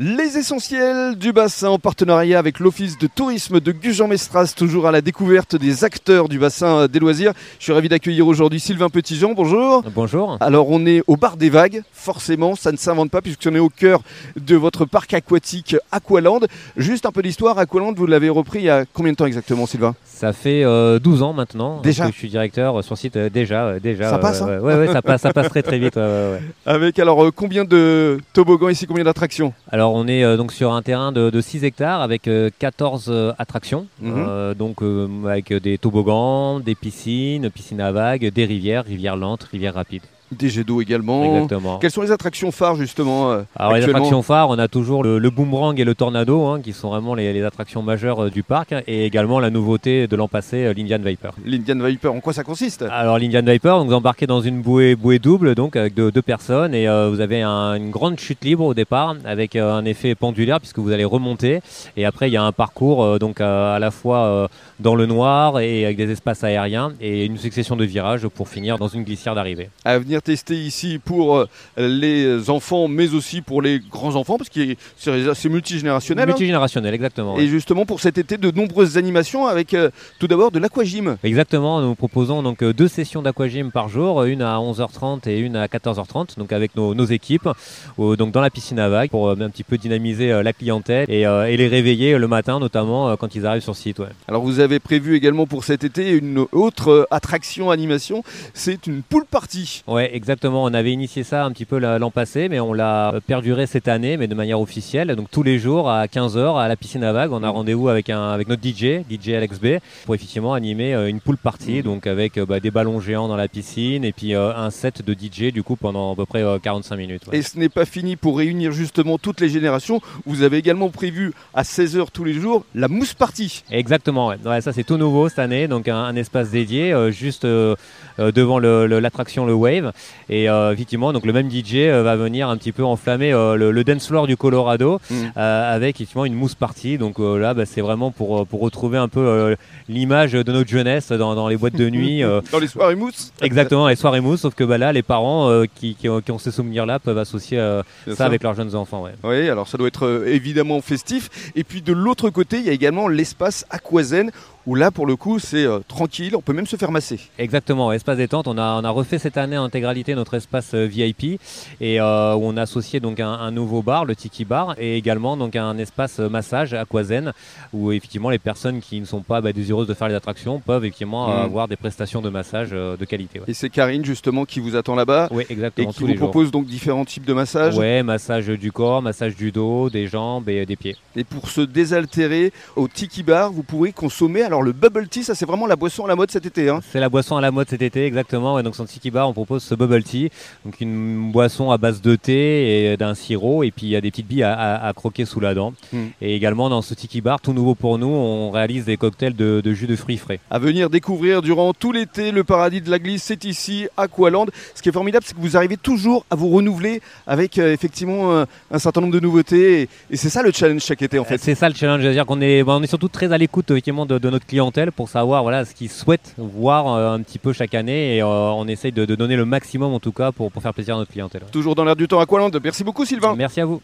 Les essentiels du bassin en partenariat avec l'Office de tourisme de Gujan-Mestras, toujours à la découverte des acteurs du bassin des loisirs. Je suis ravi d'accueillir aujourd'hui Sylvain Petitjean, bonjour. Bonjour. Alors on est au bar des vagues, forcément ça ne s'invente pas puisqu'on est au cœur de votre parc aquatique Aqualand. Juste un peu d'histoire, Aqualand vous l'avez repris il y a combien de temps exactement Sylvain Ça fait euh, 12 ans maintenant Déjà que je suis directeur euh, sur site. euh, déjà, euh, déjà. Ça euh, passe, hein ouais, ouais, ouais, ça passe, ça passe très très vite. ouais, ouais, ouais. Avec alors euh, combien de toboggans ici, combien d'attractions Alors on est euh, donc sur un terrain de, de 6 hectares avec euh, 14 euh, attractions, Mhm. Euh, donc euh, avec des toboggans, des piscines, piscines à vagues, des rivières, rivières lentes, rivières rapides. Des jets d'eau également. Exactement. Quelles sont les attractions phares justement euh, Alors les actuellement attractions phares, on a toujours le, le boomerang et le tornado hein, qui sont vraiment les, les attractions majeures euh, du parc hein, et également la nouveauté de l'an passé, euh, l'Indian Viper. L'Indian Viper, en quoi ça consiste Alors l'Indian Viper, donc, vous embarquez dans une bouée, bouée double, donc avec deux, deux personnes, et euh, vous avez un- une grande chute libre au départ, avec euh, un effet pendulaire puisque vous allez remonter, et après il y a un parcours euh, donc euh, à la fois euh, dans le noir et avec des espaces aériens et une succession de virages pour finir dans une glissière d'arrivée. à venir tester ici pour euh, les enfants, mais aussi pour les grands-enfants, parce que c'est c'est multigénérationnel. hein. Multigénérationnel, exactement. ouais. Et justement, pour cet été, de nombreuses animations avec euh, tout d'abord de l'aquagym. Exactement, nous proposons donc euh, deux sessions d'aquagym par jour, euh, une à 11h30 et une à 14h30, donc avec nos, nos équipes, euh, donc dans la piscine à vagues pour euh, un petit peu dynamiser euh, la clientèle et, euh, et les réveiller euh, le matin, notamment euh, quand ils arrivent sur site. ouais. Alors, vous avez prévu également pour cet été une autre euh, attraction animation, c'est une poule party. Ouais, exactement. On avait initié ça un petit peu la- l'an passé, mais on l'a euh, perduré cette année, mais de manière officielle. Donc tous les jours à 15h à la piscine à vagues, on a Mm. rendez-vous avec un avec notre DJ, DJ Alex B, pour effectivement animer euh, une pool party, Mm. donc avec euh, bah, des ballons géants dans la piscine et puis euh, un set de DJ du coup pendant à peu près euh, 45 minutes. ouais. Et ce n'est pas fini pour réunir justement toutes les générations. Vous avez également prévu à 16h tous les jours la mousse party. Exactement, ouais. Ouais, ça c'est tout nouveau cette année, donc un, un espace dédié euh, juste euh, euh, devant le- le- l'attraction le, Wave. Et euh, effectivement, donc le même DJ euh, va venir un petit peu enflammer euh, le, le dance floor du Colorado Mm. euh, avec effectivement une mousse party. Donc euh, là, bah, c'est vraiment pour, euh, pour retrouver un peu euh, l'image de notre jeunesse dans, dans les boîtes de nuit. euh, Dans les soirées mousse exactement, les soirées mousse, sauf que bah, là, les parents euh, qui, qui ont, qui ont ces souvenirs-là peuvent associer euh, Bien ça sûr. avec leurs jeunes enfants. ouais. Oui, alors ça doit être euh, évidemment festif. Et puis de l'autre côté, il y a également l'espace aquazen, où là, pour le coup, c'est euh, tranquille, on peut même se faire masser. Exactement, espace détente, on a, on a refait cette année en intégralité notre espace euh, VIP et euh, où on a associé donc un, un nouveau bar, le Tiki Bar, et également donc un espace euh, massage aquazen où effectivement les personnes qui ne sont pas bah, désireuses de faire les attractions peuvent effectivement euh, Mm. avoir des prestations de massage euh, de qualité. Ouais. Et c'est Karine, justement, qui vous attend là-bas Oui, et exactement, qui tous vous les jours. propose donc différents types de massages. Ouais, massage du corps, massage du dos, des jambes et euh, des pieds. Et pour se désaltérer au Tiki Bar, vous pourrez consommer alors le bubble tea, ça c'est vraiment la boisson à la mode cet été. hein. C'est la boisson à la mode cet été, exactement. Et donc, sur le Tiki Bar, on propose ce bubble tea, donc une boisson à base de thé et d'un sirop. Et puis, il y a des petites billes à, à- à croquer sous la dent. Mm. Et également, dans ce Tiki Bar, tout nouveau pour nous, on réalise des cocktails de, de jus de fruits frais. À venir découvrir durant tout l'été le paradis de la glisse, c'est ici, Aqualand. Ce qui est formidable, c'est que vous arrivez toujours à vous renouveler avec euh, effectivement euh, un certain nombre de nouveautés. Et, et c'est ça le challenge chaque été en fait. C'est ça le challenge, c'est-à-dire qu'on est, bah, on est surtout très à l'écoute effectivement de, de notre clientèle pour savoir voilà ce qu'ils souhaitent voir euh, un petit peu chaque année et euh, on essaye de, de donner le maximum en tout cas pour, pour faire plaisir à notre clientèle. Toujours dans l'air du temps Aqualand. Merci beaucoup Sylvain. Merci à vous.